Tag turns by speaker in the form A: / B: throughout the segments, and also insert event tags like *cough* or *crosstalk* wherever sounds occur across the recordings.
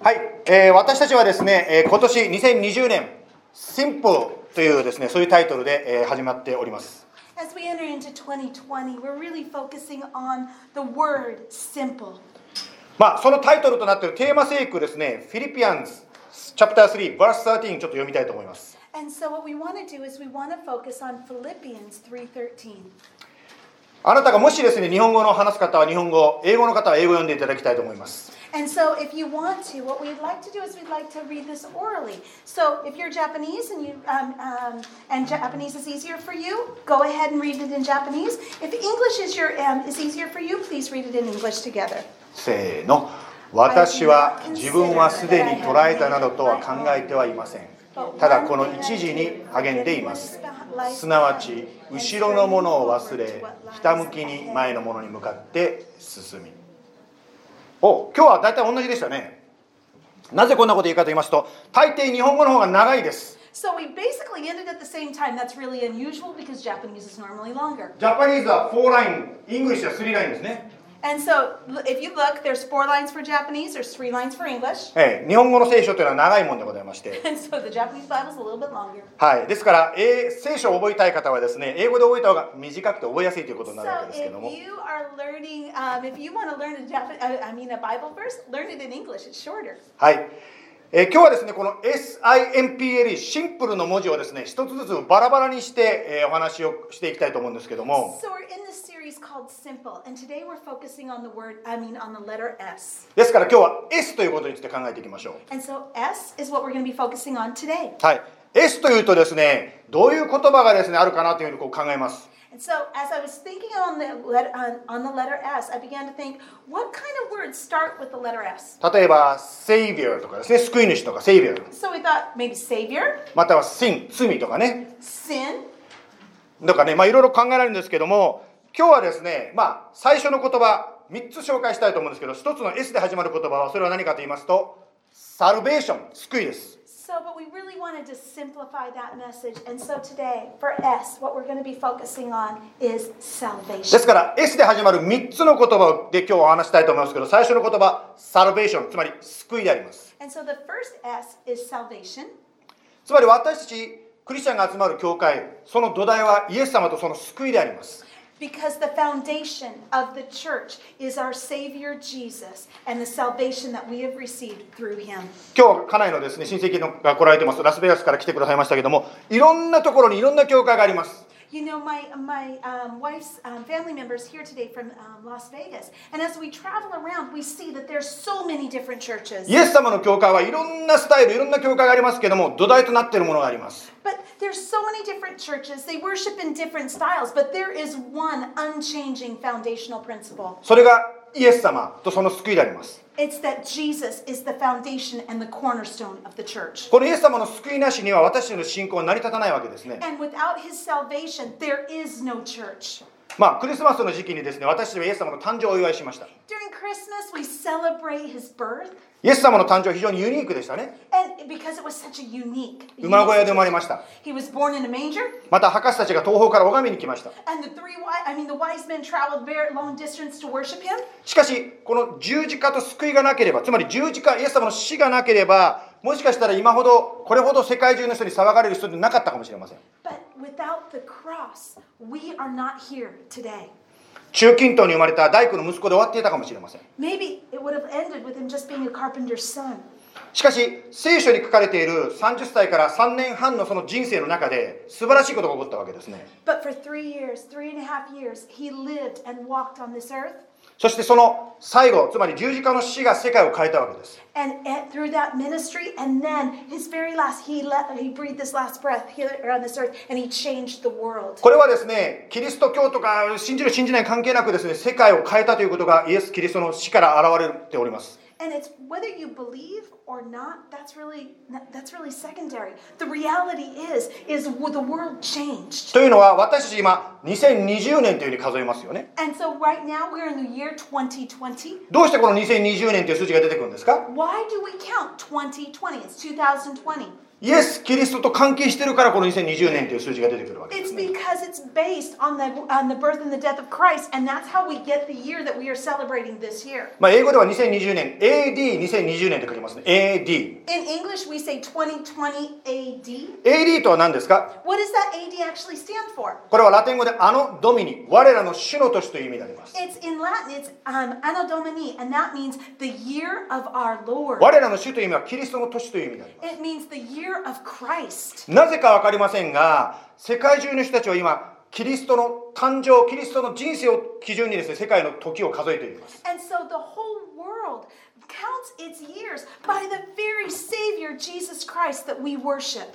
A: はい、えー私たちはですね、えー今年2020年「Simple」というですねそういうタイトルで、えー始まっております
B: As we enter into 2020, we're really focusing on the word simple.
A: まあそのタイトルとなっているテーマ聖句ですねフィリピアンズチャプター3バース13ちょっと読みたいと思います
B: And so what we want to do is we want to focus on Philippians 3:13.
A: あなたがもしですね日本語の話す方は日本語英語の方は英語を読んでいただきたいと思います
B: And so if you want to, what we'd like to do is we'd like to read this orally. So if you're Japanese and you um, um, and Japanese is easier for you, go ahead and read it in Japanese. If English is your um, is easier for you, please read it in English together.
A: せーの私は自分はすでに捉えたなどとは考えてはいませんただこの一時に励んでいますすなわち後ろのものを忘れひたむきに前のものに向かって進みお今日は大体同じでしたねなぜこんなこと言うかと言いますと大抵日本語の方が長いです
B: So we basically ended at the same time. That's really unusual because Japanese is normally longer.
A: ジャパニーズは4ラインイングリッシュは3ラインですね
B: And so l- if you look, there's four lines for Japanese, there's three lines for English. *laughs*
A: ええ日本語の聖書というのは長いもんでございまして
B: And so the Japanese Bible's a little bit longer.
A: はい、ですから、えー聖書を覚えたい方はですね英語で覚えた方が短くて覚えやすいということにな
B: So
A: るわけですけども
B: if you are learning, um, if you want to learn a Japan, uh, I mean a Bible verse, learn it in English. It's shorter.
A: はい、えー今日はですねこの SIMPLE シンプルの文字をですね一つずつバラバラにして、えーお話をしていきたいと思うんですけども
B: So we're in this series called Simple, and today we're focusing on the word, I mean on the letter S.
A: ですから今日は S ということについて考えていきましょ
B: And so S is what we're going to be focusing on today.
A: うはい S というとですねどういう言葉がですねあるかなというふうにこう考えます
B: And so as I was thinking on the let, on, on the letter S, I began to think, what kind of words start with the letter S?
A: 例えば Savior とかですね救い主とか Savior
B: So we thought maybe Savior,
A: または Sin 罪とかね
B: Sin,
A: だからね、まあ、いろいろ考えられるんですけども、今日はですね、まあ、最初の言葉、3つ紹介したいと思うんですけど、1つの S で始まる言葉は、それは何かと言いますと、サルベーション、救いです。
B: So, but we really wanted to simplify that message. And so today, for S, what we're going to be focusing on is
A: で
B: salvation.
A: すから、S で始まる3つの言葉で今日お話したいと思いますけど、最初の言葉、サルベーション、つまり救いであります。
B: And so the first S is salvation.
A: つまり私たち、クリスチャンが集まる教会、その土台はイエス様とその救いであります。
B: Because the foundation of the church is our Savior Jesus and the salvation that we have received through Him.
A: 今日家内のですね親戚のが来られてますラスベガスから来てくださいましたけどもいろんなところにいろんな教会があります
B: You know, my my um, wife's um, family members here today from um, Las Vegas, and as we travel around, we see that there's so many different churches.
A: イエス様の教会はいろんなスタイル、いろんな教会がありますけども、土台となっているものがあります。
B: But there's so many different churches. They worship in different styles, but there is one unchanging foundational principle.
A: それがイエス様とその救いであります。
B: It's that Jesus is the foundation and the cornerstone of the church.
A: このイエス様の救いなしには私たちの信仰は成り立たないわけですね。
B: And without his salvation, there is no church.
A: まあ、クリスマスの時期にですね、私たちはイエス様の誕生をお祝いしました。
B: During Christmas, we celebrate his birth,
A: イエス様の誕生は非常にユニークでしたね。
B: and because it was such a unique.
A: 馬小屋で生まれました。
B: He was born in a manger,
A: また博士たちが東方から拝みに来ました。
B: and the three wise, I mean, the wise men traveled very long distance to worship him.
A: しかし、この十字架と救いがなければ、つまり十字架、イエス様の死がなければ、もしかしたら今ほど、これほど世界中の人に騒がれる人でなかったかもしれません。
B: But without the cross, we are not here today.
A: 中近東に生まれた大工の息子で終わっていたかもしれません
B: Maybe it would have ended with him just being a carpenter's son.
A: しかし聖書に書かれている30歳から3年半のその人生の中で素晴らしいことが起こったわけですね
B: But for three years, three and a half years, he lived and walked on this earth.
A: そしてその最後つまり十字架の死が世界を変えたわけです
B: And, and through that ministry, and then his very last, he let, he breathed this last breath here on this earth, and he changed the world.
A: これはですねキリスト教とか信じる信じない関係なくですね世界を変えたということがイエス・キリストの死から現れております
B: And it's whether you believe or not. That's really that's really secondary. The reality is is the world changed.
A: というのは私たち今2020年というふうに数えますよね
B: And so right now we're in the year 2020.
A: どうしてこの2020年という数字が出てくるんですか
B: Why do we count 2020? It's 2020.
A: イエス・キリストと関係してるからこの2020年という数字が出てくるわけで
B: It's
A: すね
B: because it's based on the on the birth and the death of Christ, and that's how we get the year that we are celebrating this year.
A: まあ英語では2020年 AD2020 年って書きますね AD
B: In English, we say 2020 AD.
A: AD とは何ですか
B: What does that AD actually stand for?
A: これはラテン語であのドミニ我らの主の年という意味であります
B: It's in Latin. It's um, Anno Domini, and that means the year of our Lord.
A: 我らの主という意味はキリストの年という意味でありま
B: It means the year of Christ.
A: すなぜか分かりませんが世界中の人たちは今キリストの誕生キリストの人生を基準にですね世界の時を数えています
B: And so the whole world counts its years by the very Savior, Jesus Christ, that we worship.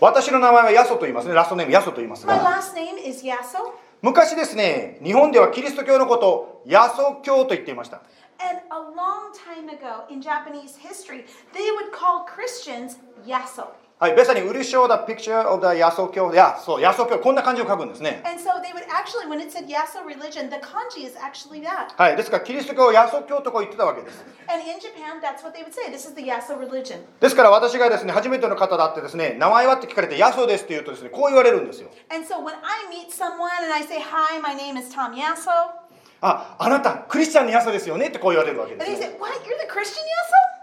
A: 私の名前はヤソと言いますねラストネームヤソと言います
B: My
A: が
B: last name is Yasso,
A: 昔ですね日本ではキリスト教のことをヤソ教と言っていました
B: and a long time ago in Japanese history, they would call Christians Yasso.
A: はい、ベサにウルショーダピクチャーオブダヤソ教いやそうヤソ教こんな漢字を書くんですね
B: And so they would actually, when it said Yasso religion, the kanji is actually that.
A: はいですからキリスト教をヤソ教とこう言ってたわけです
B: And in Japan, that's what they would say. This is the Yasso religion.
A: ですから私がですね初めての方だってですね名前はって聞かれてヤソですって言うとですねこう言われるんですよ
B: And so when I meet someone and I say, Hi, my name is Tom Yasso,
A: ああなたクリスチャンのヤソですよねってこう言われるわけ
B: and
A: で
B: they
A: す、
B: say,
A: ね、
B: What? You're the Christian Yasso?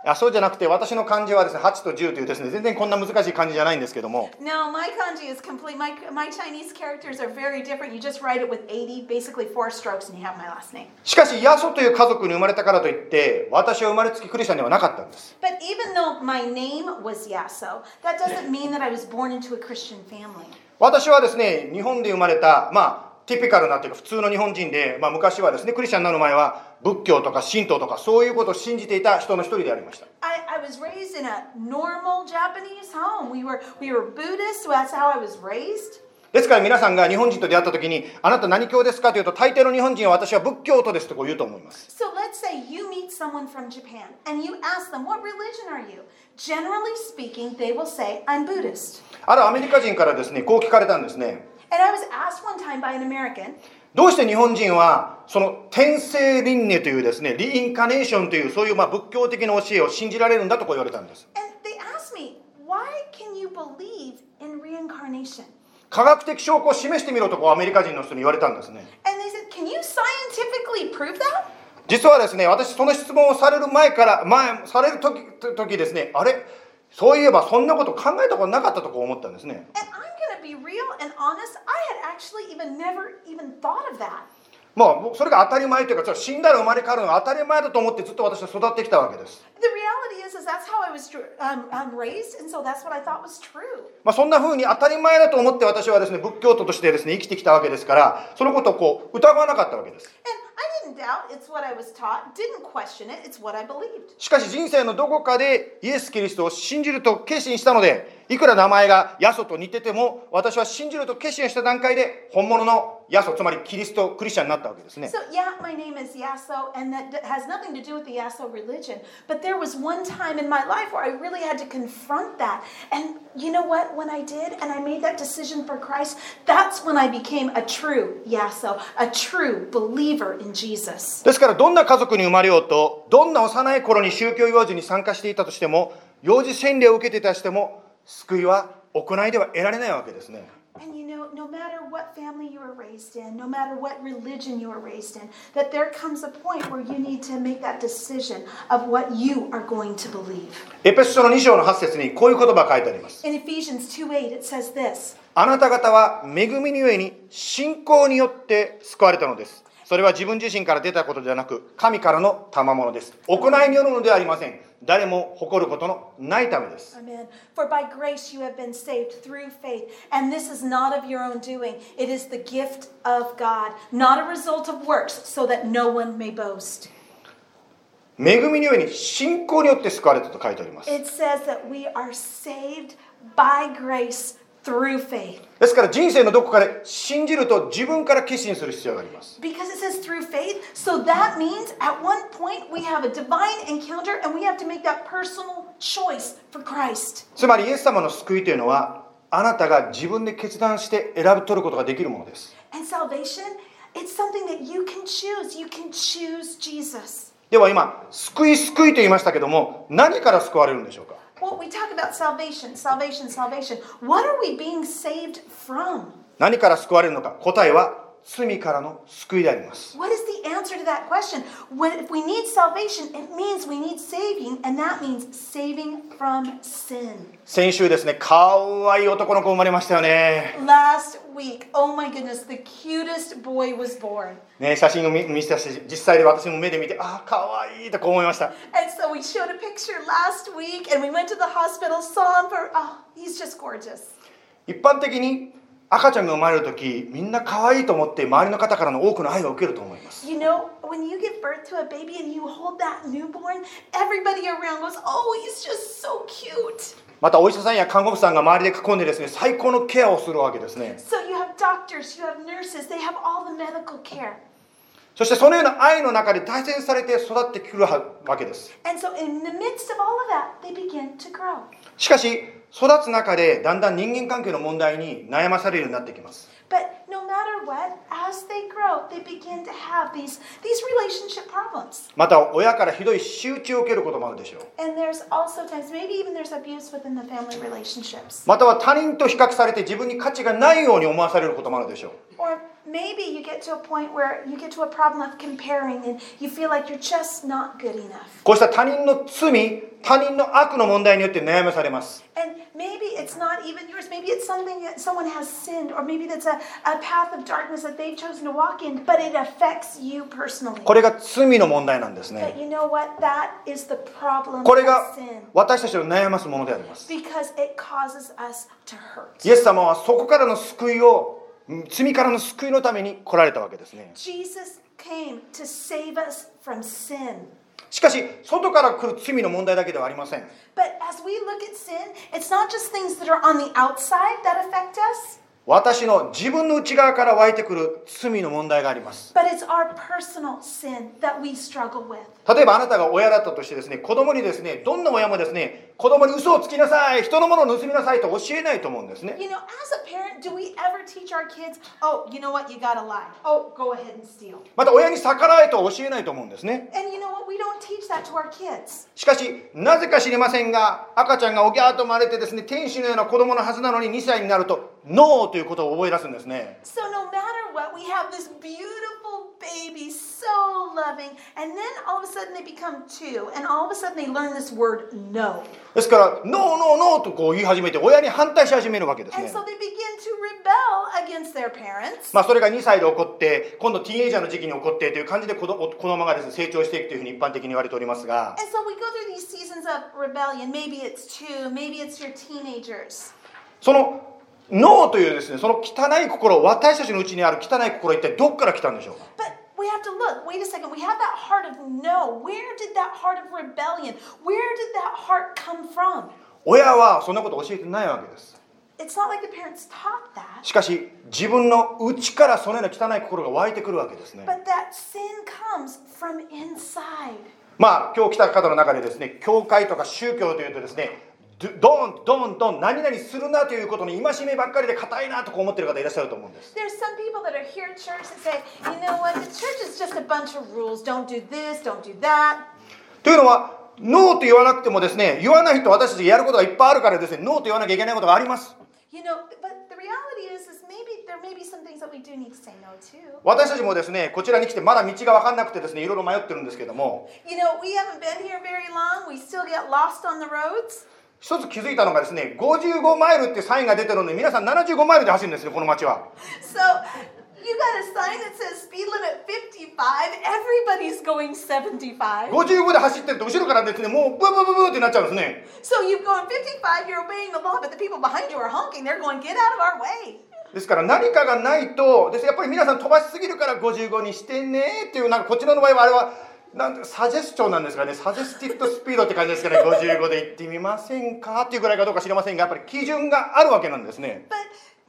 A: あそうじゃなくて私の漢字はですね8と10というですね全然こんな難しい漢字じゃないんですけども
B: No, my kanji is complete. My, my Chinese characters are very different. You just write it with 80, basically four strokes, and you have my last name.
A: しかしヤソという家族に生まれたからといって私は生まれつきクリスチャンではなかったんです
B: But even though my name was Yasso, that doesn't mean that I was born into a Christian family.
A: 私はですね日本で生まれたまあティピカルなというか普通の日本人で、まあ、昔はですねクリスチャンになる前は仏教とか神道とかそういうことを信じていた人の一人でありました
B: I, I was raised in a normal Japanese home. We were, we were Buddhist, so that's how I was raised.
A: ですから皆さんが日本人と出会った時に「あなた何教ですか?」というと大抵の日本人は「私は仏教徒です」とこう言うと思います
B: So let's say you meet someone from Japan and you ask them, What religion are you? Generally speaking, they will say, I'm Buddhist.
A: あるアメリカ人からですねこう聞かれたんですね
B: And I was asked one time by an American,
A: どうして日本人はその天性輪廻というですねリインカネーションというそういうまあ仏教的な教えを信じられるんだとこう言われたんです
B: And they asked me, why can you believe in reincarnation?
A: 科学的証拠を示してみろとこうアメリカ人の人に言われたんですね
B: And they said, can you scientifically prove that?
A: 実はですね私その質問をされる前から前される時時ですねあれそういえばそんなこと考えたことなかったとこう思ったんですね
B: And I'm going to be real and honest, I had actually even never even thought of that.
A: まあ僕それが当たり前というかちょっと死んだら生まれ変わるのが当たり前だと思ってずっと私は育ってきたわけです、
B: The reality is, is that's how I was dr- um, um, raised, and so that's what I thought was true.
A: まあ、そんな風に当たり前だと思って私はですね仏教徒としてですね生きてきたわけですからそのことをこう疑わなかったわけです
B: And I didn't doubt it's what I was taught, didn't question it, it's what I believed.
A: しかし人生のどこかでイエス・キリストを信じると決心したのでいくら名前がヤソと似てても私は信じると決心した段階で本物のヤソつまりキリストクリスチャンになったわけですね
B: So, yeah, my name is Yasso, and that that has nothing to do with the Yasso religion. But there was one time in my life where I really had to confront that. And you know what? When I did, and I made that decision for Christ, that's when I became a true Yasso, a true believer in Jesus.
A: ですからどんな家族に生まれようとどんな幼い頃に宗教行事に参加していたとしても幼児洗礼を受けていたとしても救いは行いでは得られないわけですね
B: And you know, no matter what family you were raised in, no matter what religion you were raised in, that there comes a point where you need to make that decision of what you are going to believe.
A: エペソ書の2章の8節にこういう言葉が書いてあります
B: In Ephesians 2 8, it says this.
A: あなた方は恵みの上に信仰によって救われたのですそれは自分自身から出たことではなく神からの賜物です行いによるのではありません誰も誇ることのないためです
B: Amen. For by grace you have been saved through faith, and this is not of your own doing. It is the gift of God, not a result of works, so that no one may boast.
A: 恵みの上に信仰によって救われたと書いてあります
B: It says that we are saved by grace through faith.
A: ですから人生のどこかで信じると自分から決心する必要があります。
B: Because it says through faith, so that means at one point we have a divine encounter and we have to make that personal choice for Christ.
A: つまりイエス様の救いというのはあなたが自分で決断して選び取ることができるものです。
B: And salvation, it's something that you can choose. You can choose Jesus.
A: では今、救い救いと言いましたけども、何から救われるんでしょうか
B: Well, we talk about about salvation, salvation, salvation. What are we being saved from?
A: 何から救われるのか答えは罪からの救いであります
B: What is the answer to that question? When, if we need salvation, it means we need saving, and that means saving from sin.
A: 先週ですねかわいい男の子生まれましたよね
B: Last week, oh my goodness, the cutest boy was born.
A: ね写真を見見せたし実際で私も目で見てああかわいいとこう思いました
B: And so we showed a picture last week, and we went to the hospital, saw him for, oh, he's just gorgeous.
A: 一般的に赤ちゃんが生まれる時みんな可愛いと思って周りの方からの多くの愛を受けると思います
B: You know, when you give birth to a baby and you hold that newborn, everybody around goes, oh, he's just so cute.
A: またお医者さんや看護婦さんが周りで囲んでですね最高のケアをするわけですね
B: So you have doctors, you have nurses, they have all the medical care.
A: そしてそのような愛の中で大切にされて育ってくるわけです
B: And so, in the midst of all of that, they begin to grow.
A: しかし育つ中でだんだん人間関係の問題に悩まされるようになってきます
B: But no matter what, as they grow, they begin to have these, these relationship problems.
A: また親からひどい仕打ちを受けることもあるでしょう
B: And there's also times, maybe even there's abuse within the family relationships.
A: または他人と比較されて自分に価値がないように思わされることもあるでしょう
B: Or maybe you get to a point where you get to a problem of comparing and you feel like you're just not good enough.
A: こうした他人の罪他人の悪の問題によって悩まされます
B: And maybe it's not even yours. Maybe it's something that someone has sinned, or maybe that's a, a path of darkness that they've chosen to walk in, but it affects you personally.
A: これが罪の問題なんです
B: But
A: ね
B: you know what? That is the problem
A: これ
B: of
A: が
B: sin.
A: 私たちを悩ますものであります
B: Because it causes us to hurt.
A: イエス様はそこからの救いをうん罪からの救いのために来られたわけですね
B: Jesus came to save us from sin.
A: しかし外から来る罪の問題だけではありません
B: But as we look at sin, it's not just things that are on the outside that affect us,
A: 私の自分の内側から湧いてくる罪の問題があります
B: but it's our personal sin that we struggle with.
A: 例えばあなたが親だったとしてですね子供にですねどんな親もですね子供に嘘をつきなさい人のものを盗みなさいと教えないと思うんですね
B: You know, as a parent, do we ever teach our kids, oh, you know what, you gotta lie. Oh, go ahead and steal.
A: また親に逆らえと教えないと思うんですね
B: And you know what, we don't teach that to our kids.
A: しかしなぜか知りませんが赤ちゃんがおぎゃーと生まれてですね天使のような子供のはずなのに2歳になるとノーということを覚え出すんですね
B: So no matter what, we have this beautiful baby, so loving, and then all of a sudden they become two, and all of a sudden they learn this word no.
A: ですからノーノーノーとこう言い始めて親に反対し始めるわけです
B: And
A: ね
B: so they begin to rebel against their parents.
A: まあそれが2歳で起こって今度ティーンエイジャーの時期に起こってという感じで子供子供がですね成長していくというふうに一般的に言われておりますが
B: And so we go through these seasons of rebellion. Maybe it's two, maybe it's your teenagers.
A: その脳というですねその汚い心私たちのうちにある汚い心一体どこから来たんでしょうか
B: But we have to look. Wait a second. We have that heart of no. Where did that heart of rebellion? Where did that heart come from?
A: 親はそんなこと教えてないわけです
B: It's not like the parents taught that.
A: しかし自分の内からそのような汚い心が湧いてくるわけですね
B: But that sin comes from inside.
A: まあ今日来た方の中でですね教会とか宗教というとですねどどんどんどん何々するなということの戒めばっかりで硬いなとこう思ってる方いらっしゃると思うんです
B: There's some people that are here at church that say, you know what, the church is just a bunch of rules. Don't do this, don't do that.
A: というのはノーと言わなくてもですね言わないと私たちやることがいっぱいあるからですねノーと言わなきゃいけないことがあります
B: You know, but the reality is, is maybe there may be some things that we do need to say no to.
A: 私たちもですねこちらに来てまだ道が分かんなくてですねいろいろ迷ってるんですけども
B: You know, we haven't been here very long. We still get lost on the roads.
A: 一つ気づいたのがですね55マイルってサインが出てるのに皆さん75マイルで走るんですねこの街は
B: So you got a sign that says speed limit 55. Everybody's going 75.
A: 55で走ってると後ろからですねもうブーブーブーブーってなっちゃうんですね
B: So you're going 55, you're obeying the law, but the people behind you are honking. They're going, get out of our way.
A: ですから何かがないとですねやっぱり皆さん飛ばしすぎるから55にしてねっていうなんかこちらの場合はあれはなんてサジェスチョンなんですかねサジェスティッドスピードって感じですかね55で行ってみませんかっていうぐらいかどうか知りませんがやっぱり基準があるわけなんですね
B: But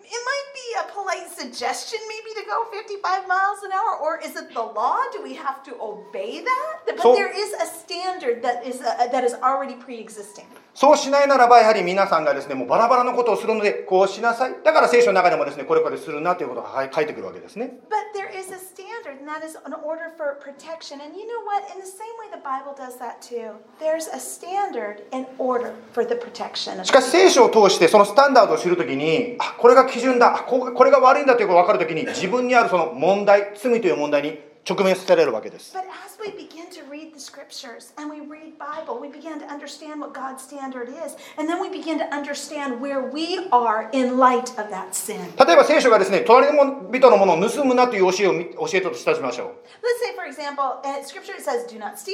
B: it might be a polite suggestion maybe to to go 55 miles an hour, or is it the law? Do we have to obey that? But
A: So-
B: there is a standard that is uh that is already pre-existing.
A: そうしないならば、やはり皆さんがですね、もうバラバラのことをするので、こうしなさい。だから聖書の中でもですね、これこれするなということがはい書いてくるわけですね。
B: But there is a standard, and that is an order for protection. And you know what? In the same way the Bible does that too. There's a standard and order for the protection. Of
A: しかし聖書を通してそのスタンダードを知るときに、あ、これが基準だ、あここれが悪いんだということが分かるときに、自分にあるその問題、罪という問題に直面されるわけです。
B: But as we begin to read the scriptures and we read Bible, we begin to understand what God's standard is, and then we begin to understand where we are in light of that sin.
A: 例えば聖書がですね、隣の人のものを盗むなという教えをみ教えたとしたとしましょう。
B: Let's say, for example, in scripture it says, "Do not steal."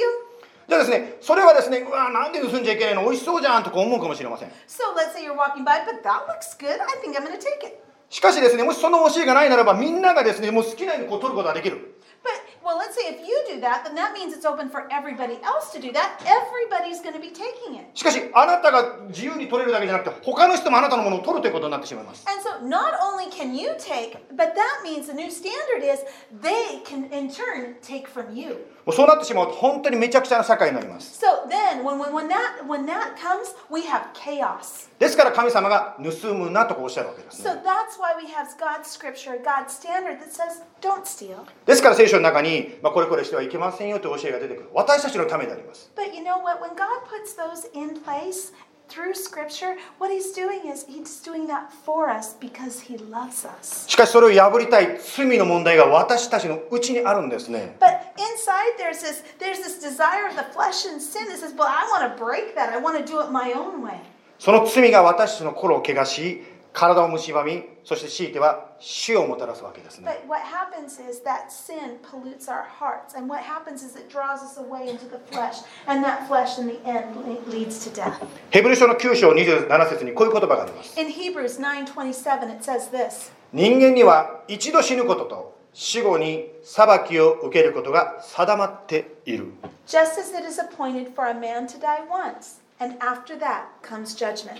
A: じゃあですね、それはですね、うわ、なんで盗んじゃいけないの美味しそうじゃんとか思うかもしれません。
B: So let's say you're walking by, but that looks good. I think I'm going to take it.
A: しかしですね、もしその教えがないならば、みんながですね、もう好きなようにこう取ることができる。
B: But well, let's say if you do that, then that means it's open for everybody else to do that. Everybody's going to be taking it.
A: しかし、あなたが自由に取れるだけじゃなくて、他の人もあなたのものを取るということになってしまいます。
B: And so not only can you take, but that means the new standard is they can in turn take from you.
A: もうそうなってしまうと、本当にめちゃくちゃな社会になります。
B: So then when, when, when that when that comes, we have chaos.
A: ですから神様が盗むなとこうおっしゃるわけです、
B: So that's why we have God's scripture, God's standard that says don't steal.
A: ですから聖書の中に、まあ、これこれしてはいけませんよという教えが出てくる。私たちのためであります。
B: But you know what? When God puts those in place through Scripture, what He's doing is He's doing that for us because He loves us.
A: しかしそれを破りたい罪の問題が私たちのうちにあるんですね。
B: But inside there's this there's this desire of the flesh and sin that says, "Well, I want to break that. I want to do it my own way."
A: その罪が私たちの心を汚し、体を蝕み、そして強いては死をもたらすわけですね。
B: But what happens is that sin pollutes our hearts, and what happens is it draws us away into the flesh, and that flesh in the end le- leads to death.
A: ヘブル書の9章27節にこういう言葉があります。
B: In Hebrews 9:27 it says this.
A: 人間には一度死ぬことと死後に裁きを受けることが定まっている。
B: Just as it is appointed for a man to die once, and after that comes judgment.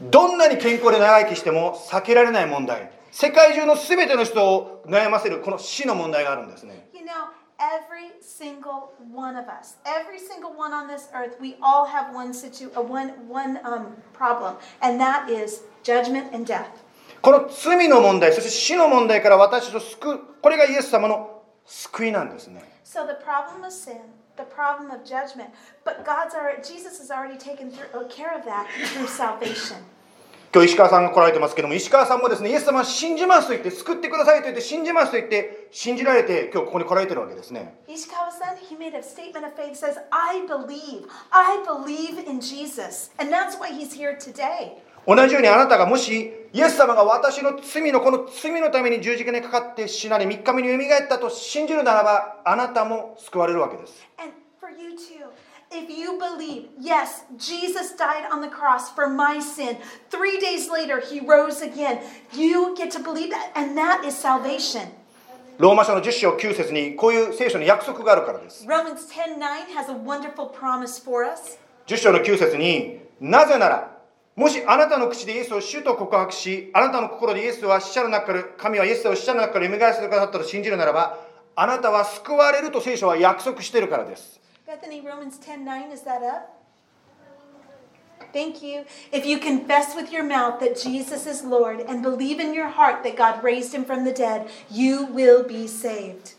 A: どんなに健康で長生きしても避けられない問題世界中の全ての人を悩ませるこの死の問題があるんですね
B: You know, every single one of us, every single one on this earth, we all have one situ, uh, one one um, problem, and that is judgment and death.
A: この罪の問題そして死の問題から私たちを救うこれがイエス様の救いなんですね
B: So the problem of sin, the problem of judgment, but God's already, Jesus has already taken through, uh, care of that through salvation.
A: 今日石川さんが来られてますけども石川さんもですねイエス様は信じますと言って救ってくださいと言って信じますと言って信じられて今日ここに来られてるわけですね
B: Ishikawa-san, he made a statement of faith says, "I believe. I believe in Jesus." And that's why he's here today.
A: 同じようにあなたがもしイエス様が私の罪のこの罪のために十字架にかかって死なれ3日目に蘇ったと信じるならばあなたも救われるわけです
B: And for you too. If you believe, yes, Jesus died on the cross for my sin. 3 days later he rose again. You get to believe that and that is salvation.
A: ローマ書の10章9節にこういう聖書の約束があるからです。
B: Romans 10:9 has a wonderful promise for us.
A: 10章の9節に、なぜなら、もしあなたの口でイエスを主と告白し、あなたの心でイエスは死者の中から、神はイエスを死者の中から蘇らせてくださったと信じるならば、あなたは救われると聖書は約束しているからです。
B: Bethany Romans 10:9 is that up? Thank you. If you confess with your mouth that Jesus is Lord and believe in your heart that God raised him from the dead, you will be saved.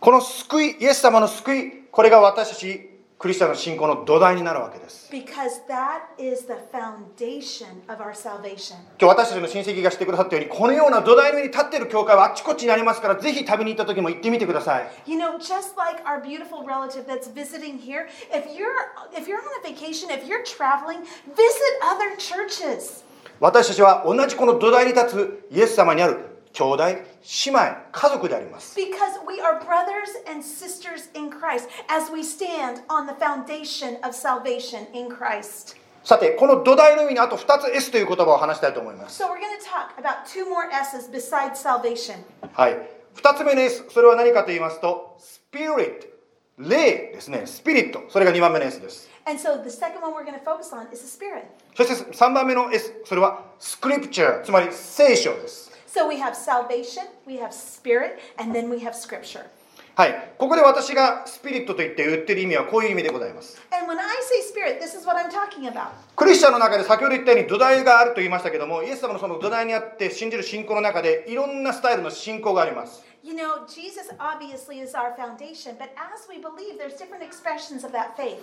A: この救い、イエス様の救い、これが私たちクリスチャンの信仰の土台になるわけです。
B: Because that is the foundation of our salvation.
A: 今日私たちの親戚がしてくださったように、このような土台の上に立っている教会はあっちこっちにありますから、ぜひ旅に行った時も行ってみてください。
B: You know, just like our beautiful relative that's visiting here, if you're if you're on a vacation, if you're traveling, visit other churches.
A: 私たちは同じこの土台に立つイエス様にある兄弟、姉妹、家族であります。
B: Because we are brothers and sisters in Christ as we stand on the foundation of salvation in Christ.
A: さて、この土台の上にあと2つ S という言葉を話したいと思います。
B: So we're going to talk about two more S's besides salvation.
A: はい。2つ目の S、それは何かと言いますと、スピリット、霊ですね。スピリット、それが2番目の S です。
B: And so the second one we're going to focus on is the Spirit.
A: そして3番目の S、それはスクリプチャー、つまり聖書です。
B: So So we have salvation, we have spirit, and then we have scripture.
A: はい。ここで私がスピリットと言って言ってる意味はこういう意味でございます。
B: And when I say spirit, this is what I'm talking about.
A: クリスチャンの中で先ほど言ったように土台があると言いましたけども、イエス様のその土台にあって信じる信仰の中でいろんなスタイルの信仰があります。
B: You know, Jesus obviously is our foundation, but as we believe, there's different expressions of that faith.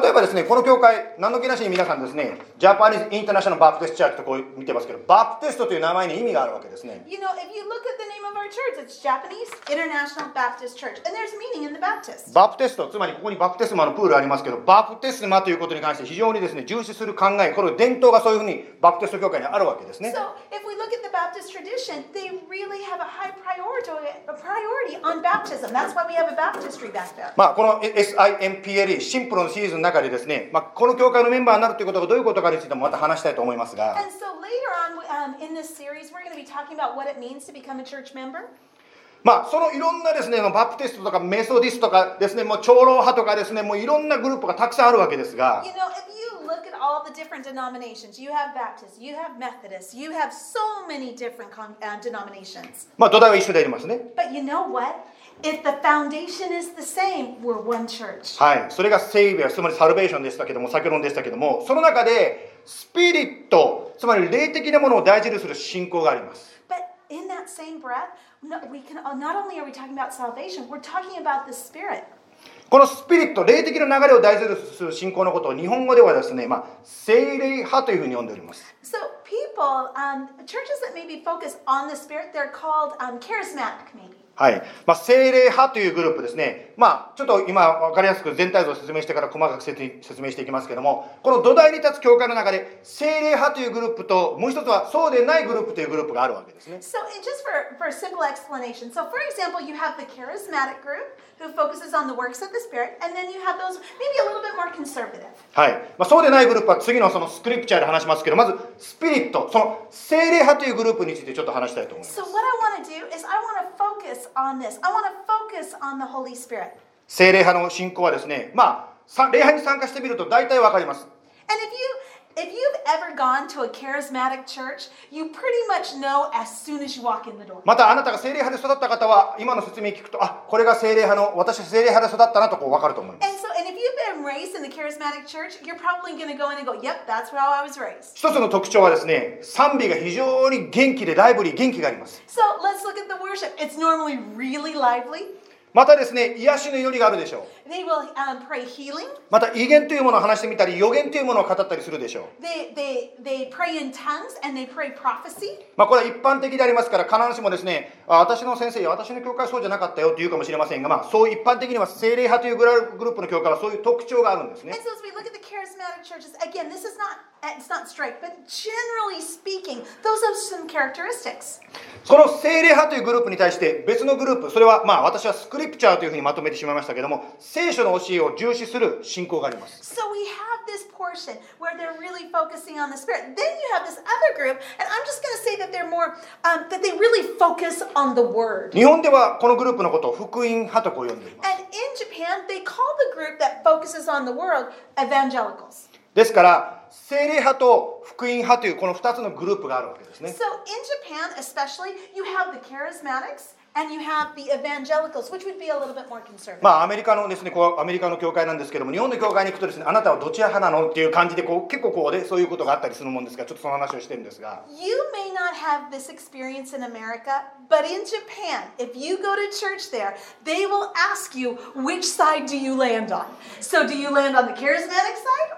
A: 例えばですね、この教会、何の気なしに皆さんですね、ジャパニーズ・インターナショナル・バプテスト・チャーチとこう見てますけど、バプテストという名前に意味があるわけですね。
B: You know, if you look at the name of our church, it's Japanese International Baptist Church, and there's meaning in the Baptist.
A: バプテスト、つまりここにバプテスマのプールありますけど、バプテスマということに関して非常にですね、重視する考え、これ伝統がそういうふうにバプテスト教会にあるわけですね。
B: So, if we look at the Baptist tradition, they really have a high priority, a priority on baptism. That's why we have a baptistry back there.
A: まあ、この SIMPLE、シンプルのシリーズの中でですね、まあ、この教会のメンバーになるということがどういうことかについてもまた話したいと思いますが、
B: And so later on um, in this series, we're going to be talking about what it means to become a church member.
A: まあ、そのいろんなですね、バプテストとかメソディストとかですね、もう長老派とかですね、もういろんなグループがたくさんあるわけですが、
B: You know, if you look at all the different denominations, you have Baptists, you have Methodists, you have so many different con- uh, denominations.
A: まあ、土台は一緒でありますね。
B: But you know what? If the foundation is the same, we're one church.
A: はい、それがセイビア、つまりサルベーションでしたけども、先ほどのでしたけども、その中で、スピリット、つまり霊的なものを大事にする信仰があります。
B: But in that same breath, no, we can uh, not only are we talking about salvation, we're talking about the Spirit.
A: このスピリット、霊的な流れを大事にする信仰のことを日本語ではですね、まあ、聖霊派というふうに呼んでおります。
B: So people, um, churches that maybe focus on the Spirit, they're called um, charismatic, maybe.
A: はい。まあ、精霊派というグループですね。まあ、ちょっと今、わかりやすく全体像を説明してから細かく説明説明していきますけども、この土台に立つ教会の中で、精霊派というグループと、もう一つはそうでないグループというグループがあるわけですね。
B: So it, just for, for a simple explanation, so for example, you have the charismatic group who focuses on the works of the Spirit, and then you have those maybe a little bit more conservative.
A: はい。まあ、そうでないグループは次のそのスクリプチャーで話しますけど、まず、スピリット、その精霊派というグループについてちょっと話したいと思います。
B: So what I want to do is I want to focus on this. I want to focus on the Holy Spirit.
A: 精霊派の信仰はですね、まあ、さ礼拝に参加してみると大体わかります。
B: And if you if you've ever gone to a charismatic church, you pretty much know as soon as you walk in the door.
A: またあなたが精霊派で育った方は今の説明聞くとあこれが精霊派の私は精霊派で育ったなとこう分かると思います
B: And so, and if you've been raised in the charismatic church, you're probably going to go in and go, "Yep, that's how I was raised."
A: 一つの特徴はですね賛美が非常に元気でライブリー元気があります
B: So let's look at the worship. It's normally really lively.
A: またですね癒しの祈りがあるでしょう
B: They will um, pray healing.
A: また威厳というものを話してみたり予言というものを語ったりするでしょう
B: They they they pray in tongues and they pray prophecy.
A: まあこれは一般的でありますから必ずしもですねあ私の先生や私の教会はそうじゃなかったよって言うかもしれませんがまあそう一般的には精霊派というグラグループの教会はそういう特徴があるんですね
B: And so, as we look at the charismatic churches, again, this is not it's not strict, but generally speaking, those are some characteristics.
A: その精霊派というグループに対して別のグループ、それはまあ私はスクリプチャーというふうにまとめてしまいましたけども、聖書の教えを重視する信仰があります。
B: So we have this portion where they're really focusing on the spirit. Then you have this other group, and I'm just going to say that they're more um, that they really focus on the word.
A: 日本ではこのグループのことを福音派とこう呼んでいます。
B: And in Japan, they call the group that focuses on the world evangelicals.
A: ですから、精霊派と福音派というこの2つのグループがあるわけですね。
B: So in Japan, especially, you have the charismatics and you have the evangelicals, which would be a little bit more conservative.
A: まあアメリカのですね、こうアメリカの教会なんですけども、日本の教会に行くとですね、あなたはどちら派なのっていう感じでこう結構こうで、そういうことがあったりするもんですが、ちょっとその話をしてるんですが。
B: You may not have this experience in America, but in Japan, if you go to church there, they will ask you which side do you land on. So, do you land on the charismatic side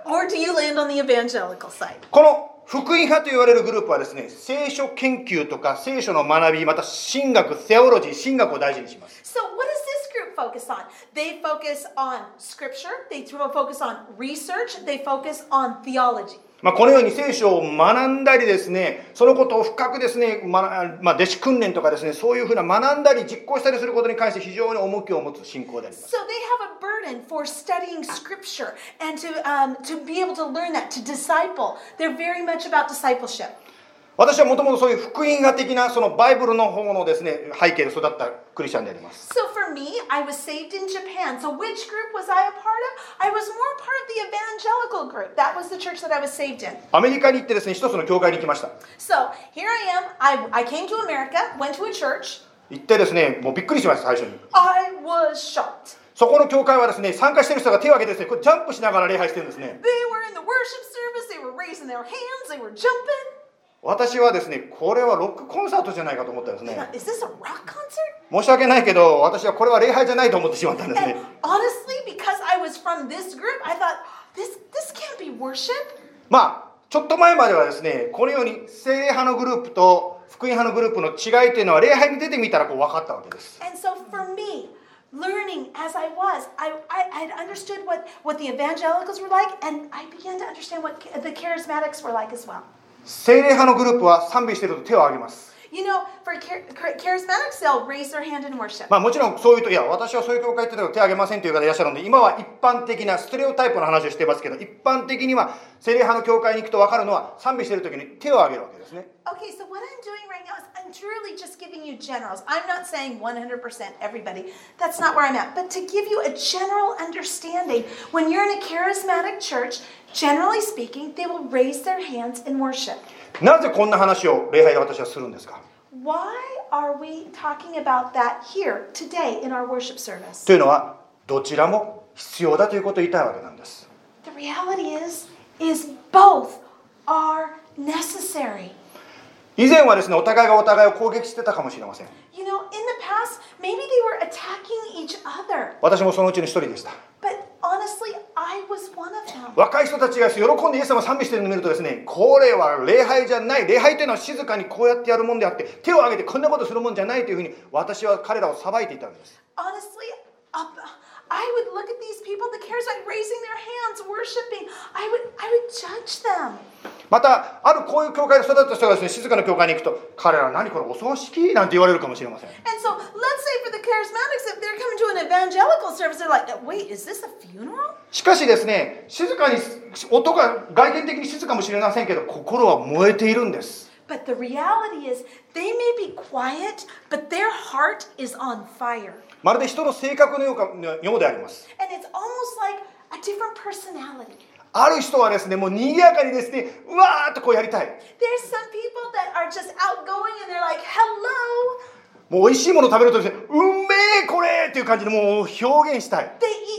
B: or do you land on the evangelical side?
A: この福音派と言われるグループはですね、聖書研究とか聖書の学び、また神学、セオロジー、神学を大事にします。
B: So, what does this group focus on? They focus on scripture, they focus on research, they focus on theology.
A: まあ、このように聖書を学んだりですね、そのことを深くですね、ままあ、弟子訓練とかですね、そういうふうな学んだり実行したりすることに関して非常に重きを持つ信仰であります。
B: So, they have a burden for studying scripture and to, um, to be able to learn that, to disciple. They're very much about discipleship.
A: 私はもともとそういう福音画的なそのバイブルの方のですね背景で育ったクリスチャンであります
B: So for me, I was saved in Japan. So which group was I a part of? I was more part of the evangelical group. That was the church that I was saved in.
A: アメリカに行ってですね一つの教会に行きました
B: So here I am. I, I came to America, went to a church.
A: 行ってですねもうびっくりしました最初に
B: I was shocked.
A: そこの教会はですね参加してる人が手を挙げてですねこれジャンプしながら礼拝してるんですね
B: They were in the worship service, they were raising their hands, they were jumping.
A: 私はですねこれはロックコンサートじゃないかと思ったんですね
B: Is this a rock concert?
A: 申し訳ないけど私はこれは礼拝じゃないと思ってしまったんですね
B: And honestly, because I was from this group, I thought this this can't be worship.
A: まあちょっと前まではですねこのように精霊派のグループと福音派のグループの違いというのは礼拝に出てみたらこう分かったわけです
B: And so for me, learning as I was, I, I I'd understood what what the evangelicals were like, and I began to understand what ca- the charismatics were like as well.
A: 精霊派のグループは賛美してると手を挙げます、
B: You know, for char- char- charismatics, they'll raise their hand in worship.
A: まあ、もちろんそういうといや私はそういう教会行ってたから手を挙げませんという方いらっしゃるので今は一般的なステレオタイプの話をしてますけど一般的には精霊派の教会に行くと分かるのは賛美してる時に手を挙げるわけですね
B: Okay, so what I'm doing right now is I'm truly just giving you generals. I'm not saying 100% everybody. That's not where I'm at. But to give you a general understanding, when you're in a charismatic church, generally speaking, they will raise their hands in worship.
A: なぜこんな話を礼拝で私はするんですか
B: Why are we talking about that here today in our worship service?
A: というのはどちらも必要だということを言いたいわけなんです
B: The reality is is both are necessary.
A: 以前はですねお互いがお互いを攻撃してたかもしれません
B: You know, in the past, maybe they were attacking each other,
A: 私もそのうちの一人でした
B: but honestly, I was one of them.
A: 若い人たちが喜んでイエス様を賛美してるのを見るとですねこれは礼拝じゃない礼拝というのは静かにこうやってやるもんであって手を挙げてこんなことするもんじゃないというふうに私は彼らを裁いていたんです
B: honestly, up, I would look at these people, the Charismatic, raising their hands, worshiping. I would, I would judge them.
A: またあるこういう教会で育った人がですね静かな教会に行くと彼らは何これお葬式なんて言われるかもしれません
B: And so, let's say for the Charismatics, if they're coming to an evangelical service, they're like, wait, is this a funeral?
A: しかしですね静かに音が外見的に静かもしれませんけど心は燃えているんです
B: But the reality is, they may be quiet, but their heart is on fire.
A: まるで人の性格のようかようであります
B: And it's almost like a different personality.
A: ある人はですねもう賑やかにですねうわーっとこうやりたい
B: There's some people that are just outgoing and they're like, hello.
A: もう美味しいもの食べるとですね、うんめえこれっていう感じでもう表現したい。
B: They eat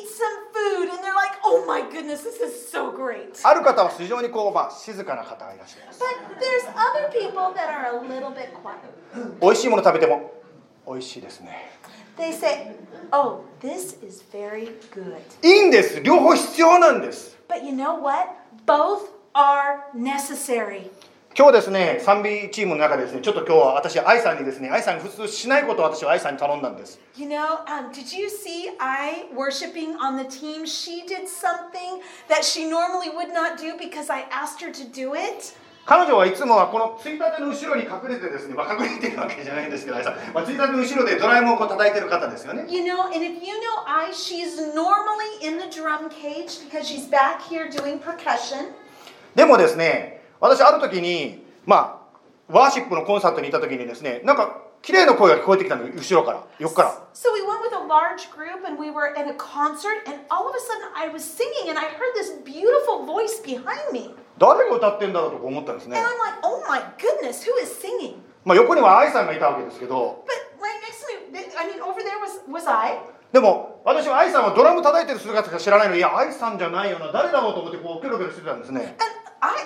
B: some food and they're like, oh my goodness, this is so great.
A: ある方は非常にこう、まあ、静かな方がいらっしゃいます。
B: But there's other people that are a little bit quiet.
A: 美味しいもの食べても、美味しいですね。
B: They say, oh, this is very good.
A: いいんです。両方必要なんです。
B: But you know what? Both are necessary.
A: 今日ですね、賛美チームの中でですね、ちょっと今日は私、愛さんにですね、愛さんが普通しないことを私は愛さんに頼んだんです。
B: You know, um, did you see I worshiping on the team? She did something that she normally would not do because I asked her to do it.
A: 彼女はいつもはこのついたての後ろに隠れてですね、まあ、隠れてるわけじゃないんですけど、愛さん、まあ、ついたての後ろでドラえもんをこう叩いてる方ですよね。
B: You know, and if you know I, she's normally in the drum cage because she's back here doing percussion.
A: でもですね、私ある時に、まあ、ワーシップのコンサートにいた時にですね、なんか綺麗な声が聞こえてきたの、後ろから、横から。
B: So we went with a large group and we were at a concert, and all of a sudden I was singing and I heard this beautiful voice behind me.
A: 誰が歌ってんだろうとこう思ったんですね
B: And。I'm like, oh my goodness, who is singing?
A: まあ、横には愛さんがいたわけですけど、
B: But right next to me, th- I mean, over there was, was I.
A: でも、私は愛さんはドラム叩いてる姿しか知らないのに、いや、愛さんじゃないよな、誰だろうと思って、こう、キョロキョロしてたんですね。
B: And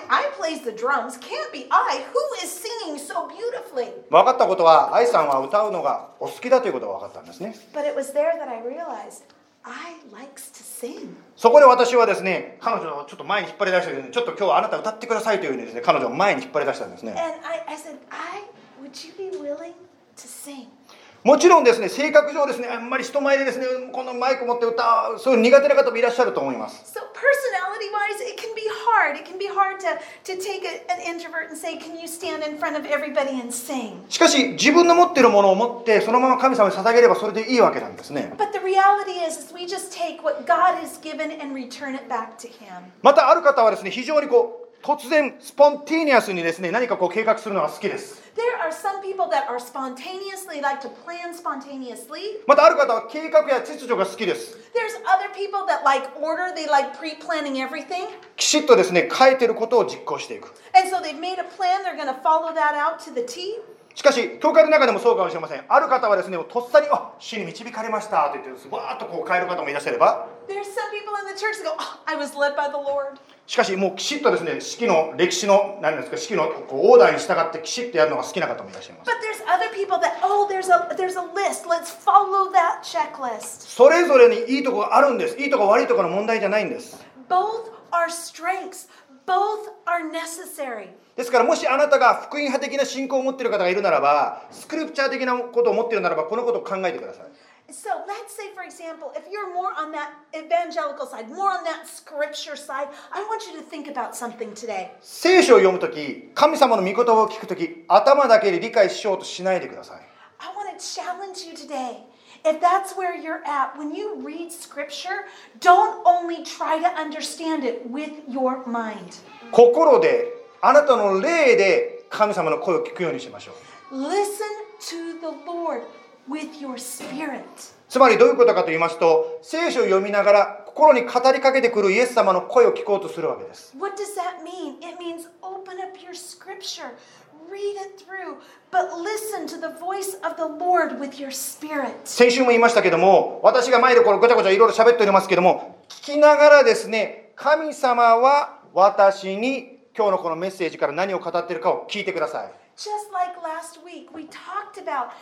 B: I, I plays the drums. Can't be I. Who is singing so beautifully?
A: 分かったことは、愛さんは歌うのがお好きだということが分かったんですね。
B: But it was there that I realized I likes to sing.
A: そこで私はですね、彼女をちょっと前に引っ張り出したけど、ちょっと今日はあなた歌ってくださいというふうにですね、彼女を前に引っ張り出したんですね。
B: And I, I said, I, would you be willing to sing?
A: もちろんですね、性格上ですね、あんまり人前でですね、このマイク持って歌う、そういう苦手な方もいらっしゃると思います。
B: So personality wise, it can be hard. It can be hard to, to take a, an introvert and say, Can you stand in front of everybody and sing?
A: しかし、自分の持っているものを持って、そのまま神様に捧げればそれでいいわけなんですね。
B: But the reality is, is we just take what God has given and return it back to Him.
A: また、ある方はですね、非常にこう、突然、スポンティニアスにですね、何かこう計画するのが好きです。
B: There are some people that are spontaneously, like to plan spontaneously.
A: またある方は計画や秩序が好きです。
B: There's other people that like order, they like pre planning everything.
A: きちっとですね、書いてることを実行していく。
B: And so they've made a plan, they're going to follow that out to the T.
A: しかし、教会の中でもそうかもしれません。ある方はですね、とっさに、あ死に導かれましたと言ってです、わーっとこう変える方もいらっしゃれば、
B: There's some people in the church that go, oh, I was led by the Lord.
A: しかし、もうきちっとですね、式の歴史の、何ですか、式のこうオーダーに従ってきちっとやるのが好きな方もいらっしゃいます。
B: But there's other people that, oh, there's a, there's a list, let's follow that checklist.
A: それぞれにいいとこがあるんです。いいとこ悪いとこの問題じゃないんです。
B: Both are strengths, both are necessary.
A: ですからもしあなたが福音派的な信仰を持っている方がいるならばスクリプチャー的なことを持っているならばこのことを考えてください
B: So let's say, for example, if you're more on that evangelical side, more on that scripture side, I want you to think about something today.
A: 聖書を読むとき神様の御言葉を聞くとき頭だけで理解しようとしないでください
B: I want to challenge you today. If that's where you're at, when you read scripture, don't only try to understand it with your mind.
A: 心であなたの霊で神様の声を聞くようにしましょう
B: Listen to the Lord with your spirit.
A: つまりどういうことかと言いますと聖書を読みながら心に語りかけてくるイエス様の声を聞こうとするわけです
B: What does that mean? It means open up your scripture, read it through, but listen to the voice of the Lord with your spirit.
A: 先週も言いましたけども私が前でこれごちゃごちゃいろいろ喋っておりますけども聞きながらですね神様は私に今日のこのメッセージから何を語ってるかを聞いてください
B: Just like last week, we talked about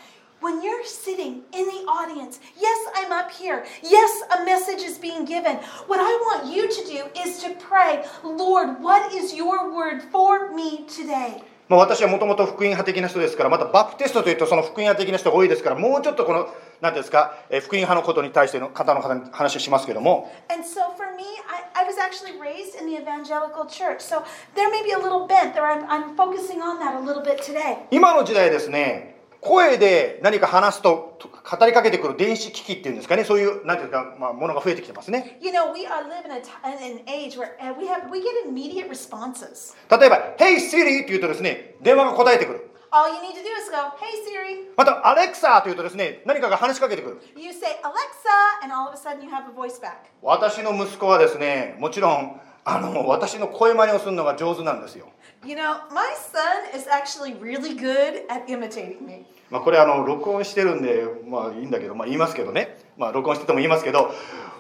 B: when you're sitting in the audience, yes, I'm up here. Yes, a message is being given. What I want you to do is to pray, Lord, what is your word for me today?
A: まあ私はもともと福音派的な人ですからまたバプテストというとその福音派的な人が多いですからもうちょっとこの何ていうんですかえー福音派のことに対しての方の話をしますけども
B: And so for me, I, I was actually raised in the evangelical church. So there may be a little bent there. I'm, I'm focusing on that a little bit today.
A: 今の時代ですね声で何か話すとと語りかけてくる電子機器っていうんですかねそういう何ていうんですか、まあ、ものが増えてきてますね
B: You know, we are living in a ti- in an age where uh, we have we get immediate responses.
A: 例えば「Hey Siri」って言うとですね電話が答えてくる
B: All you need to do is go, "Hey Siri."
A: また「Alexa」というとですね何かが話しかけてくる
B: You say Alexa, and all of a sudden you have a voice back.
A: 私の息子はですねもちろんあの私の声真似をするのが上手なんですよ、
B: You know, my son is actually really good at imitating me.
A: まあ、これあの録音してるんでまあいいんだけどまあ言いますけどねまあ録音してても言いますけど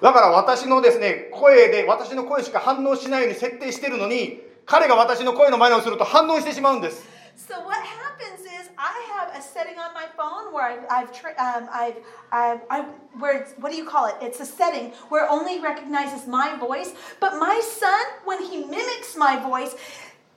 A: だから私のですね声で私の声しか反応しないように設定してるのに彼が私の声の真似をすると反応してしまうんです
B: So what happens is I have a setting on my phone where I've, I've, tra- um, I've, I've I, where it's, what do you call it? It's a setting where it only recognizes my voice. But my son, when he mimics my voice,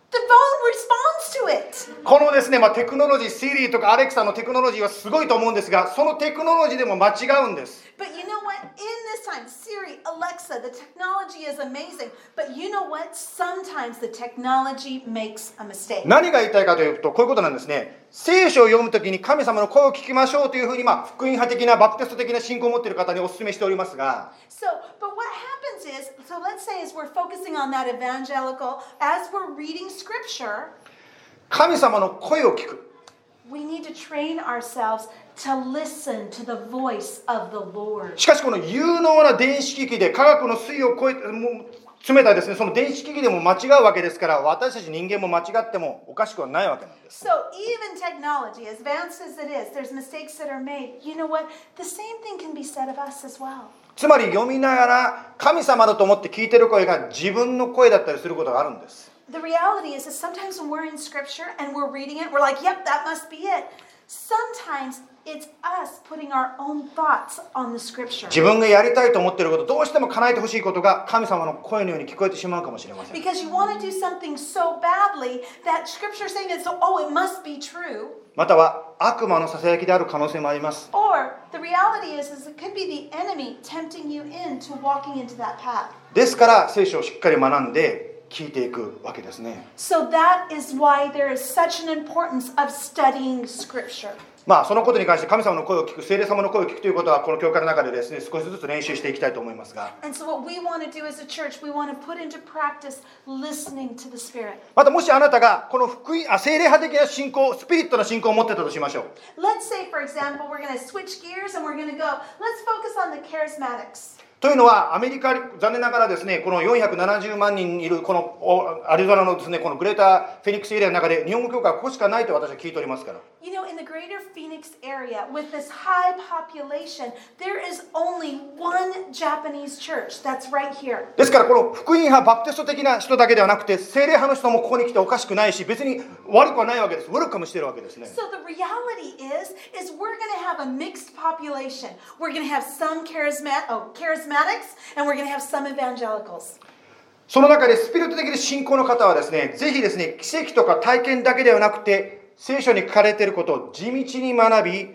B: the phone responds to it.
A: このですね、まあ、テクノロジー Siri とか Alexa のテクノロジーはすごいと思うんですがそのテクノロジーでも間違うんです
B: But you know what? In this time, Siri, Alexa, the technology is amazing. But you know what? Sometimes the technology makes a mistake.
A: 何が言いたいかというと、こういうことなんですね。聖書を読むときに神様の声を聞きましょうというふうに、まあ、福音派的な、バプテスト的な信仰を持っている方にお勧めしておりますが、
B: So, but what happens is, so let's say as we're focusing on that evangelical, as we're reading scripture,
A: 神様の声を聞く。
B: we need to train ourselves to listen to the voice of the Lord.
A: しかし、この有能な電子機器で、科学の水を超えて、もう詰めたですね、その電子機器でも間違うわけですから、私たち人間も間違ってもおかしくはないわけなんです。
B: So, even technology, as advanced as it is, there's mistakes that are made. You know what? The same thing can be said of us as well.
A: つまり、読みながら、神様だと思って聞いてる声が自分の声だったりすることがあるんです。
B: The reality is that sometimes when we're in scripture and we're reading it, we're like, yep, that must be it. Sometimes it's us putting our own thoughts on the scripture.
A: 自分がやりたいと思っていることどうしても叶えてほしいことが神様の声のように聞こえてしまうかもしれません
B: Because you want to do something so badly that scripture saying it's oh it must be true.
A: または悪魔のささやきである可能性もあります
B: Or the reality is is it could be the enemy tempting you into walking into that path.
A: ですから聖書をしっかり学んで聞いていくわけですね
B: So that is why there is such an importance of studying scripture.
A: まあ、そのことに関して神様の声を聞く、聖霊様の声を聞くということは、この教会の中でですね、少しずつ練習していきたいと思いますが、
B: And so, what we want to do as a church, we want to put into practice listening to the Spirit.
A: またもしあなたが、この福音、あ、聖霊派的な信仰、スピリットの信仰を持ってたとしましょう。
B: Let's say, for example, we're going to switch gears and we're going to go, let's focus on the charismatics.
A: というのは、アメリカ、残念ながらですね、この470万人いる、このおアリゾナのですね、このグレーターフェニックスエリアの中で、日本語教会はここしかないと私は聞いておりますから。
B: You know, in the greater Phoenix area, with this high population, there is only one Japanese church that's right here.
A: ですから、この福音派、バプテスト的な人だけではなくて、聖霊派の人もここに来ておかしくないし、別に悪くはないわけです。ウェルカムしてるわけですね。
B: So the reality is, is we're going to have a mixed population. We're going to have some charismat- oh, charismatics, and we're going to have some evangelicals.
A: その中でスピリット的で信仰の方はですね、ぜひですね、奇跡とか体験だけではなくて、聖書に書かれていることを地道に学び、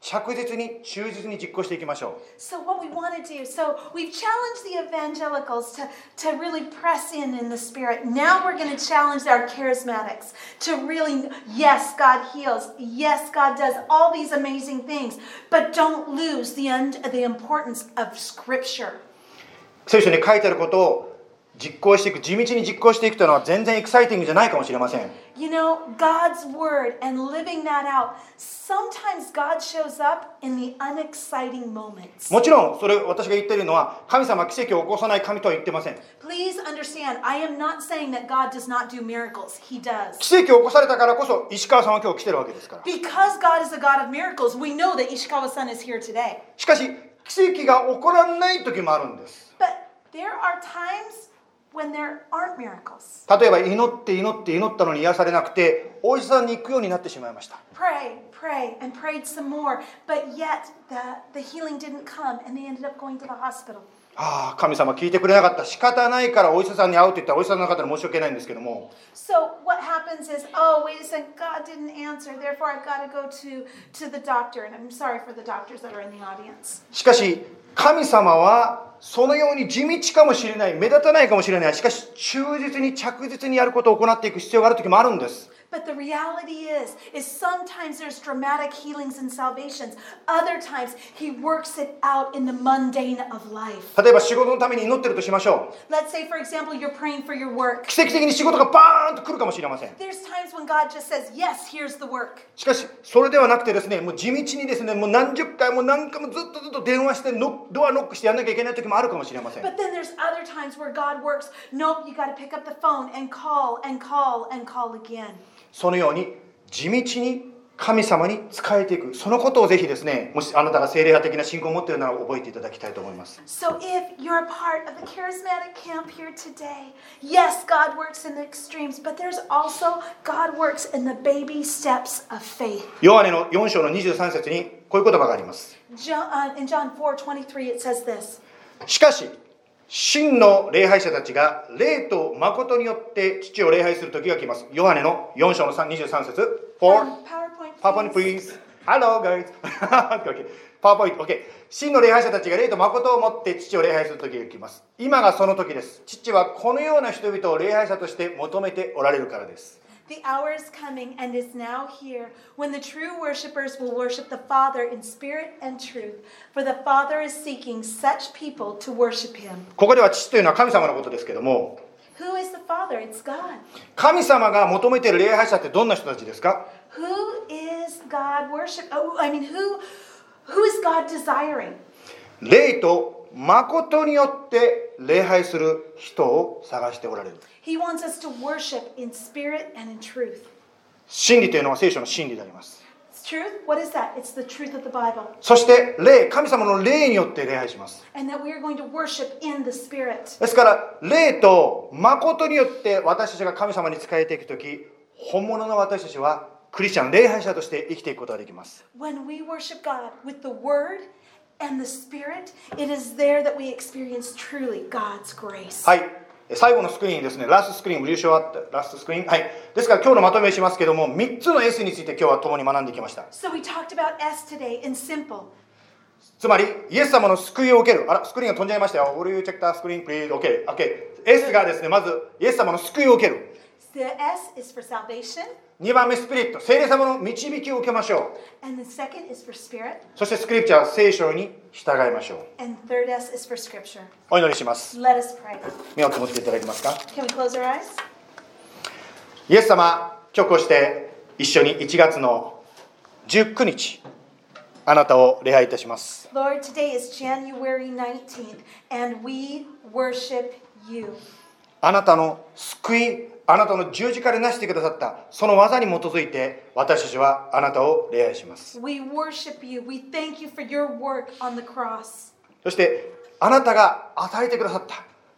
A: 着実に忠実に実行していきましょ
B: So what we want to do, so we've challenged the evangelicals to, to really press in in the spirit. Now we're going to challenge our charismatics to really, yes, God heals. Yes, God does all these amazing things, but don't lose the, un- the importance of scripture.
A: う。聖書に書いてあることを実行していく、地道に実行していくというのは全然エキサイティングじゃないかもしれません。
B: You know, God's word and living that out. Sometimes God shows up in the unexciting moments.
A: もちろん、それ私が言っているのは、神様は奇跡を起こさない神とは言ってません。
B: Please understand, I am not saying that God does not do miracles. He does.
A: 奇跡を起こされたからこそ、石川さんは今日来てるわけですから。
B: Because God is a God of miracles, we know that Ishikawa-san is here today.
A: しかし、奇跡が起こらない時もあるんです。
B: But there are times when there aren't miracles.
A: 例えば祈って祈って祈ったのに癒されなくてお医者さんに行くようになってしまいました
B: Pray, pray, and prayed some more, but yet the, the healing didn't come and they ended up going to the hospital.
A: ああ神様聞いてくれなかった仕方ないからお医者さんに会うって言ったらお医者さんの方に申し訳ないんですけども
B: So what happens is, oh, wait a second, God didn't answer, therefore I've got to go to, to the doctor. And I'm sorry for the doctors that are in the audience.
A: しかし神様はそのように地道かもしれない目立たないかもしれないしかし忠実に着実にやることを行っていく必要がある時もあるんです
B: But the reality is, is sometimes there's dramatic healings and salvations. Other times, he works it out in the mundane of life.
A: 例えば仕事のために祈ってるとしましょう
B: Let's say, for example, you're praying for your work.
A: 奇跡的に仕事がバーンと来るかもしれません
B: There's times when God just says, yes, here's the work.
A: しかしそれではなくてですねもう地道にですねもう何十回も何回もずっとずっと電話してノドアノックしてやんなきゃいけない時もあるかもしれません
B: But then there's other times where God works, nope, you got to pick up the phone and call and call and call again.
A: そのように地道に神様に仕えていくそのことをぜひですねもしあなたが精霊派的な信仰を持っているなら覚えていただきたいと思います
B: So if you're a part of the charismatic camp here today, yes, God works in the extremes, but there's also God works in the baby steps of faith.
A: ヨハネの4章の23節にこういう言葉があります
B: John, uh, in John 4 23, it says this
A: しかし真の礼拝者たちが霊と誠によって父を礼拝する時が来ますヨハネの4章の3 23節 For
B: Um, PowerPoint.
A: PowerPoint
B: please.
A: please. Hello guys. *laughs* okay, okay. PowerPoint. OK。真の礼拝者たちが霊と誠を持って父を礼拝する時が来ます。今がその時です。父はこのような人々を礼拝者として求めておられるからです。
B: The hour is coming and is now here when the true worshipers will worship the Father in spirit and truth, for the Father is seeking such people to worship him.
A: ここでは父というのは神様のことですけども、
B: Who is the Father? It's God.
A: 神様が求めている礼拝者ってどんな人たちですか
B: Who is God worship? Oh, I mean, who who is God desiring?
A: 霊と誠によって礼拝する人を探しておられる。
B: He wants us to worship in spirit and in truth.
A: 真理というのは聖書の真理であります。
B: It's truth. What is that? It's the truth of the Bible,
A: そして霊、神様の霊によって礼拝します。
B: and that we are going to worship in the spirit.
A: ですから、霊と誠によって私たちが神様に仕えていくとき、本物の私たちはクリスチャン、礼拝者として生きていくことができます。
B: When we worship God with the Word and the Spirit, it is there that we experience truly God's grace.
A: はい。え最後のスクリーンですね、ラストスクリーン、優勝あったラストスクリーン。はい。ですから今日のまとめをしますけども、3つの S について今日は共に学んできました。
B: So we talked about S today in simple.
A: つまり、イエス様の救いを受ける。あら、スクリーンが飛んじゃいましたよ。Will you check the screen, please?OK、OK。S がですね、まず、イエス様の救いを受ける。
B: The The S is for salvation,
A: 2番目、スピリット。聖霊様の導きを受けましょ
B: and the second is for spirit,
A: う。そして、スクリプチャー、聖書に従いましょう。
B: and third S is for scripture.
A: お祈りします。
B: Let us pray.
A: 目をつむっていただけますか。
B: Can we close our eyes?
A: イエス様、今日こうして一緒に1月の19日、あなたを礼拝いたします。
B: Lord, today is January 19th, and we worship you.
A: あなたの救い、あなたの十字架で成してくださった、その技に基づいて、私たちはあなたを礼拝します。
B: We worship you. We thank you for your work on the cross.
A: そして、あなたが与えてくださった、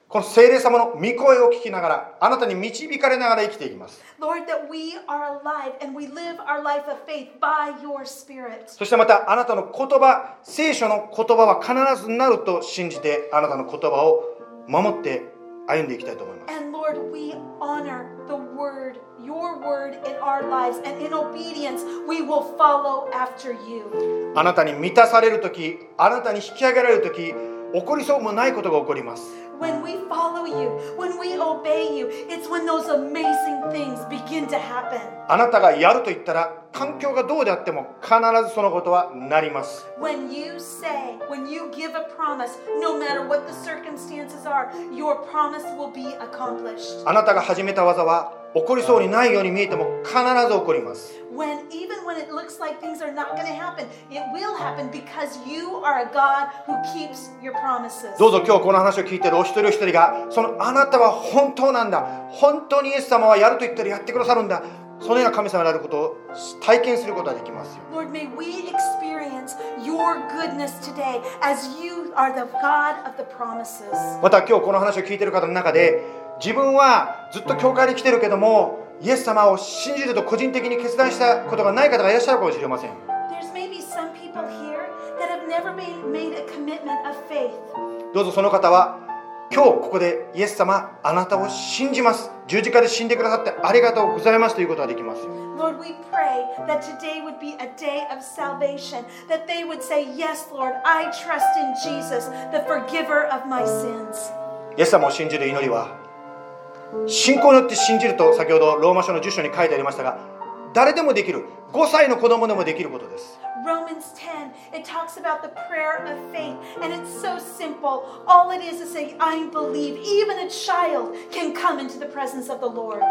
A: この聖霊様の御声を聞きながら、あなたに導かれながら生きていきます。
B: Lord, that we are alive and we live our life of faith by your Spirit.
A: そしてまた、あなたの言葉、聖書の言葉は必ずなると信じて、あなたの言葉を守って歩んでいきたいと思います。
B: And Lord, we honor the word, your word in our lives, and in obedience, we will follow after you.
A: あなたに満たされる時あなたに引き上げられる時起こりそうもないことが起こります
B: When we follow you, when we obey you, it's when those amazing things begin to happen.
A: あなたがやると言ったら環境がどうであっても必ずそのことはなります
B: When you say, when you give a promise, no matter what the circumstances are, your promise will be accomplished.
A: あなたが始めた技は起こりそうにないように見えても必ず起こります
B: When even when it looks like things are not going to happen, it will happen because you are a God who keeps your promises.
A: どうぞ今日この話を聞いているお一人お一人がそのあなたは本当なんだ本当にイエス様はやると言ったらやってくださるんだそのような神様であることを体験することができますよ
B: Lord, may we experience your goodness today as you are the God of the promises.
A: また今日この話を聞いてる方の中で自分はずっと教会に来てるけどもイエス様を信じると個人的に決断したことがない方がいらっしゃるかもしれません
B: There's maybe some people here that have never made, made a commitment of faith.
A: どうぞその方は今日ここでイエス様あなたを信じます十字架で死んでくださってありがとうございますということができますよ
B: Lord, we pray that today would be a day of salvation, that they would say, Yes, Lord, I trust in Jesus, the forgiver of my sins.
A: イエス様を信じる祈りは信仰によって信じると先ほどローマ書の10章に書いてありましたが誰でもできる5歳の子供でもできることです
B: Romans 10, it talks about the prayer of faith, and it's so simple. All it is is saying, I believe. Even a child can come into the presence of the Lord.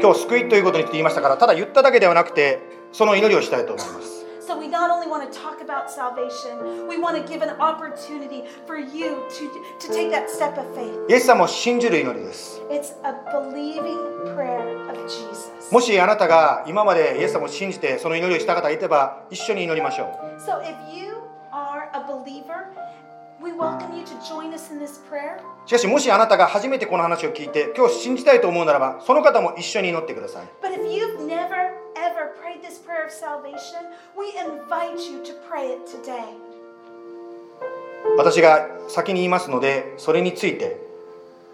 A: 今日救いということについて言いましたからただ言っただけではなくてその祈りをしたいと思います
B: So, we not only want to talk about salvation, we want to give an opportunity for you to, to take that step of faith.
A: イエス様を信じる祈りです。
B: It's a believing prayer of Jesus.
A: もしあなたが今までイエス様を信じてその祈りをした方がいれば一緒に祈りましょう。
B: So, if you are a believer, we welcome you to join us in this prayer.
A: しかしもしあなたが初めてこの話を聞いて今日信じたいと思うならばその方も一緒に祈ってください。
B: But if you've never ever prayed this prayer of salvation, we invite you to pray it today.
A: 私が先に言いますのでそれについて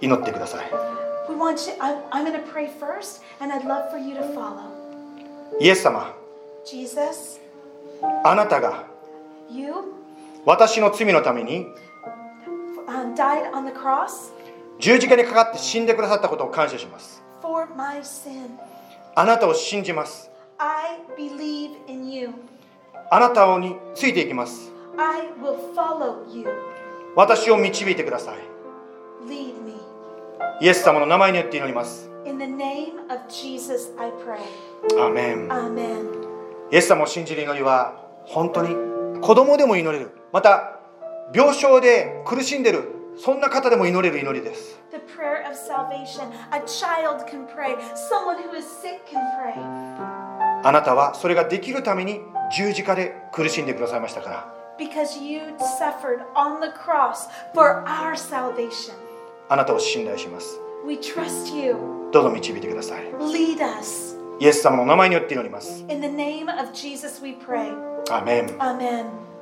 A: 祈ってください。
B: We want you, I'm, I'm going to pray first, and I'd love for you to follow.
A: イエス様、
B: Jesus,
A: あなたが
B: you
A: 私の罪のために
B: um, died on the cross
A: 十字架にかかって死んでくださったことを感謝します。
B: for my sin.
A: あなたを信じます。
B: I believe in you.
A: あなたについていきます。
B: I will follow you.
A: 私を導いてください。
B: Lead me.
A: イエス様の名前によって祈ります。
B: In the name of Jesus, I pray.
A: アーメン
B: Amen.
A: イエス様を信じる祈りは本当に子供でも祈れるまた病床で苦しんでるそんな方でも祈れる祈りです
B: The prayer of salvation. A child can pray, someone who is sick can pray.
A: あなたはそれができるために十字架で苦しんでくださいましたから
B: Because you suffered on the cross for our salvation.
A: あなたを信頼します
B: We trust you.
A: どうぞ導いてください
B: Lead us.
A: イエス様のお名前によって祈ります
B: In the name of Jesus, we pray.
A: アーメン
B: Amen.